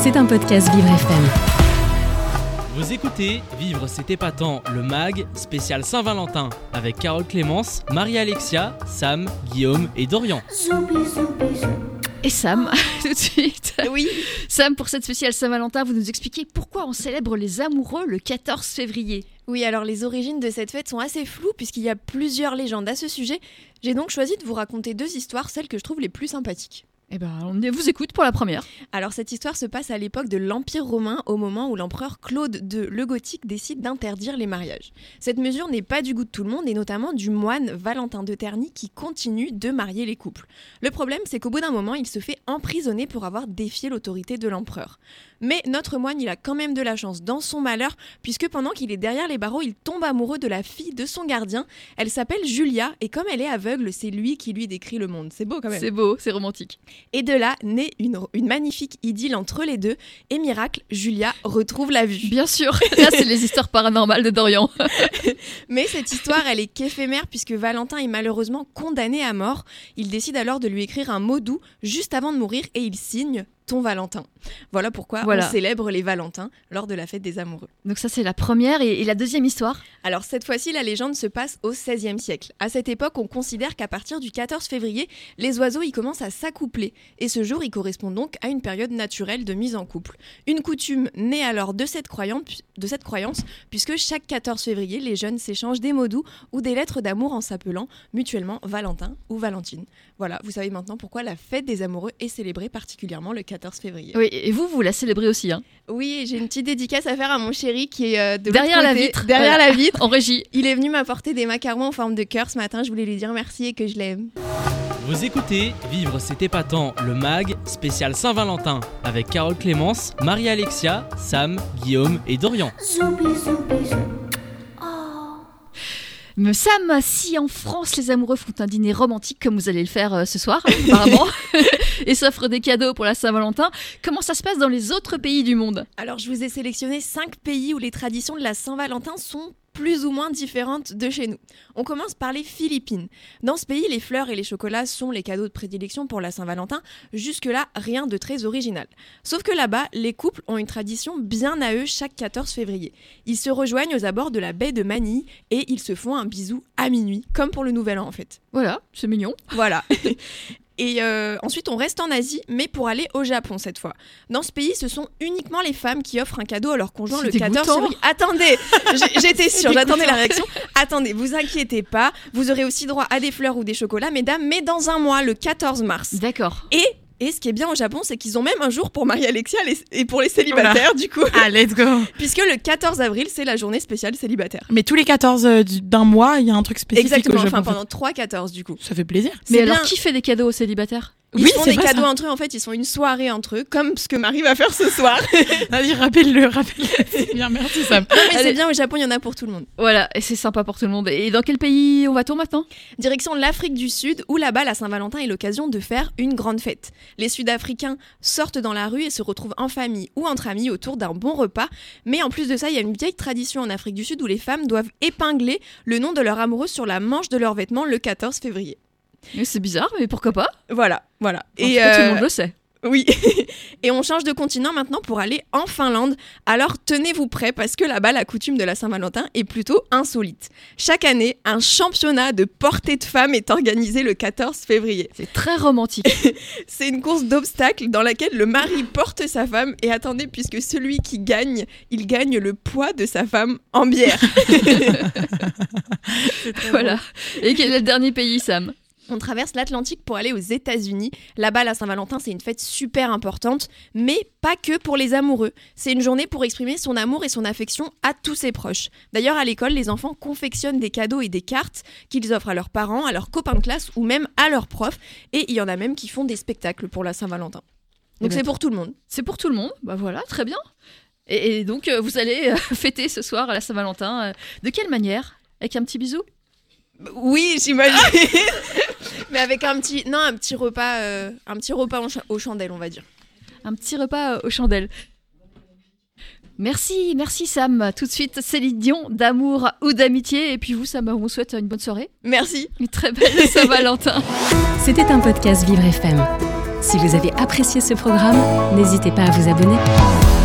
C'est un podcast Vivre FM. Vous écoutez Vivre c'est épatant, le MAG spécial Saint-Valentin avec Carole Clémence, Marie-Alexia, Sam, Guillaume et Dorian. Et Sam, tout de suite. Ah. Oui, Sam, pour cette spéciale Saint-Valentin, vous nous expliquez pourquoi on célèbre les amoureux le 14 février. oui, alors les origines de cette fête sont assez floues puisqu'il y a plusieurs légendes à ce sujet. J'ai donc choisi de vous raconter deux histoires, celles que je trouve les plus sympathiques. Eh ben, on vous écoute pour la première. Alors cette histoire se passe à l'époque de l'Empire romain au moment où l'empereur Claude II le Gothique décide d'interdire les mariages. Cette mesure n'est pas du goût de tout le monde et notamment du moine Valentin de Terny qui continue de marier les couples. Le problème c'est qu'au bout d'un moment il se fait emprisonner pour avoir défié l'autorité de l'empereur. Mais notre moine il a quand même de la chance dans son malheur puisque pendant qu'il est derrière les barreaux il tombe amoureux de la fille de son gardien. Elle s'appelle Julia et comme elle est aveugle c'est lui qui lui décrit le monde. C'est beau quand même. C'est beau, c'est romantique. Et de là naît une, une magnifique idylle entre les deux. Et miracle, Julia retrouve la vue. Bien sûr, là c'est les histoires paranormales de Dorian. Mais cette histoire, elle est qu'éphémère puisque Valentin est malheureusement condamné à mort. Il décide alors de lui écrire un mot doux juste avant de mourir et il signe Ton Valentin. Voilà pourquoi Voilà. on célèbre les Valentins lors de la fête des amoureux. Donc ça c'est la première et, et la deuxième histoire. Alors cette fois-ci, la légende se passe au XVIe siècle. À cette époque, on considère qu'à partir du 14 février, les oiseaux y commencent à s'accoupler, et ce jour, il correspond donc à une période naturelle de mise en couple. Une coutume née alors de cette croyance, de cette croyance puisque chaque 14 février, les jeunes s'échangent des mots doux ou des lettres d'amour en s'appelant mutuellement Valentin ou Valentine. Voilà, vous savez maintenant pourquoi la fête des amoureux est célébrée particulièrement le 14 février. Oui, et vous, vous la célébrez aussi, hein, Oui, j'ai une petite dédicace à faire à mon chéri qui est euh, de l'autre Derrière la côté- vitre. Derrière la vitre. en régie. Il est venu m'apporter des macarons en forme de cœur ce matin, je voulais lui dire merci et que je l'aime. Vous écoutez Vivre c'est épatant, le MAG spécial Saint-Valentin avec Carole Clémence, Marie-Alexia, Sam, Guillaume et Dorian. Mais Sam, si en France les amoureux font un dîner romantique comme vous allez le faire euh, ce soir, apparemment, et s'offrent des cadeaux pour la Saint-Valentin, comment ça se passe dans les autres pays du monde Alors je vous ai sélectionné 5 pays où les traditions de la Saint-Valentin sont plus ou moins différentes de chez nous. On commence par les Philippines. Dans ce pays, les fleurs et les chocolats sont les cadeaux de prédilection pour la Saint-Valentin. Jusque-là, rien de très original. Sauf que là-bas, les couples ont une tradition bien à eux chaque 14 février. Ils se rejoignent aux abords de la baie de Manille et ils se font un bisou à minuit, comme pour le Nouvel An en fait. Voilà, c'est mignon. Voilà. Et euh, ensuite, on reste en Asie, mais pour aller au Japon cette fois. Dans ce pays, ce sont uniquement les femmes qui offrent un cadeau à leur conjoint C'est le 14 dégoûtant. février. Attendez, j'ai- j'étais C'est sûre, j'attendais la dégoûtant. réaction. Attendez, vous inquiétez pas, vous aurez aussi droit à des fleurs ou des chocolats, mesdames, mais dans un mois, le 14 mars. D'accord. Et, et ce qui est bien au Japon, c'est qu'ils ont même un jour pour Marie-Alexia les- et pour les célibataires, du coup. Ah, let's go Puisque le 14 avril, c'est la journée spéciale célibataire. Mais tous les 14 euh, du- d'un mois, il y a un truc spécifique Exactement, au Japon. enfin pendant 3-14 du coup. Ça fait plaisir. Mais C'est alors, bien. qui fait des cadeaux aux célibataires Ils oui, font c'est des vrai, cadeaux ça. entre eux, en fait, ils font une soirée entre eux, comme ce que Marie va faire ce soir. Vas-y, rappelle-le, rappelle-le. C'est bien, merci Sam. Non, mais Allez. c'est bien, au Japon, il y en a pour tout le monde. Voilà, et c'est sympa pour tout le monde. Et dans quel pays on va-t-on maintenant Direction l'Afrique du Sud, où là-bas, la Saint-Valentin est l'occasion de faire une grande fête. Les Sud-Africains sortent dans la rue et se retrouvent en famille ou entre amis autour d'un bon repas. Mais en plus de ça, il y a une vieille tradition en Afrique du Sud où les femmes doivent épingler le nom de leur amoureux sur la manche de leurs vêtements le 14 février. Mais C'est bizarre, mais pourquoi pas Voilà, voilà. euh, Et euh, tout le monde le sait. Oui. Et on change de continent maintenant pour aller en Finlande. Alors tenez-vous prêts parce que là-bas, la coutume de la Saint-Valentin est plutôt insolite. Chaque année, un championnat de portée de femmes est organisé le 14 février. C'est très romantique. C'est une course d'obstacles dans laquelle le mari porte sa femme et attendez, puisque celui qui gagne, il gagne le poids de sa femme en bière. voilà. Et quel est le dernier pays, Sam On traverse l'Atlantique pour aller aux États-Unis. Là-bas, la Saint-Valentin, c'est une fête super importante, mais pas que pour les amoureux. C'est une journée pour exprimer son amour et son affection à tous ses proches. D'ailleurs, à l'école, les enfants confectionnent des cadeaux et des cartes qu'ils offrent à leurs parents, à leurs copains de classe ou même à leurs profs. Et il y en a même qui font des spectacles pour la Saint-Valentin. Eh ben, Donc c'est pour tout le monde. C'est pour tout le monde. Bah voilà, très bien. Et, et donc, euh, vous allez euh, fêter ce soir à la Saint-Valentin. euh, de quelle manière Avec un petit bisou Oui, j'imagine. mais avec un petit, non, un petit repas, euh, un petit repas en cha- aux chandelles, on va dire. Un petit repas euh, aux chandelles. Merci, merci Sam. Tout de suite, Céline Dion, d'amour ou d'amitié. Et puis vous, Sam, on vous souhaite une bonne soirée. Merci. Une très belle Saint-Valentin. C'était un podcast Vivre FM. Si vous avez apprécié ce programme, n'hésitez pas à vous abonner.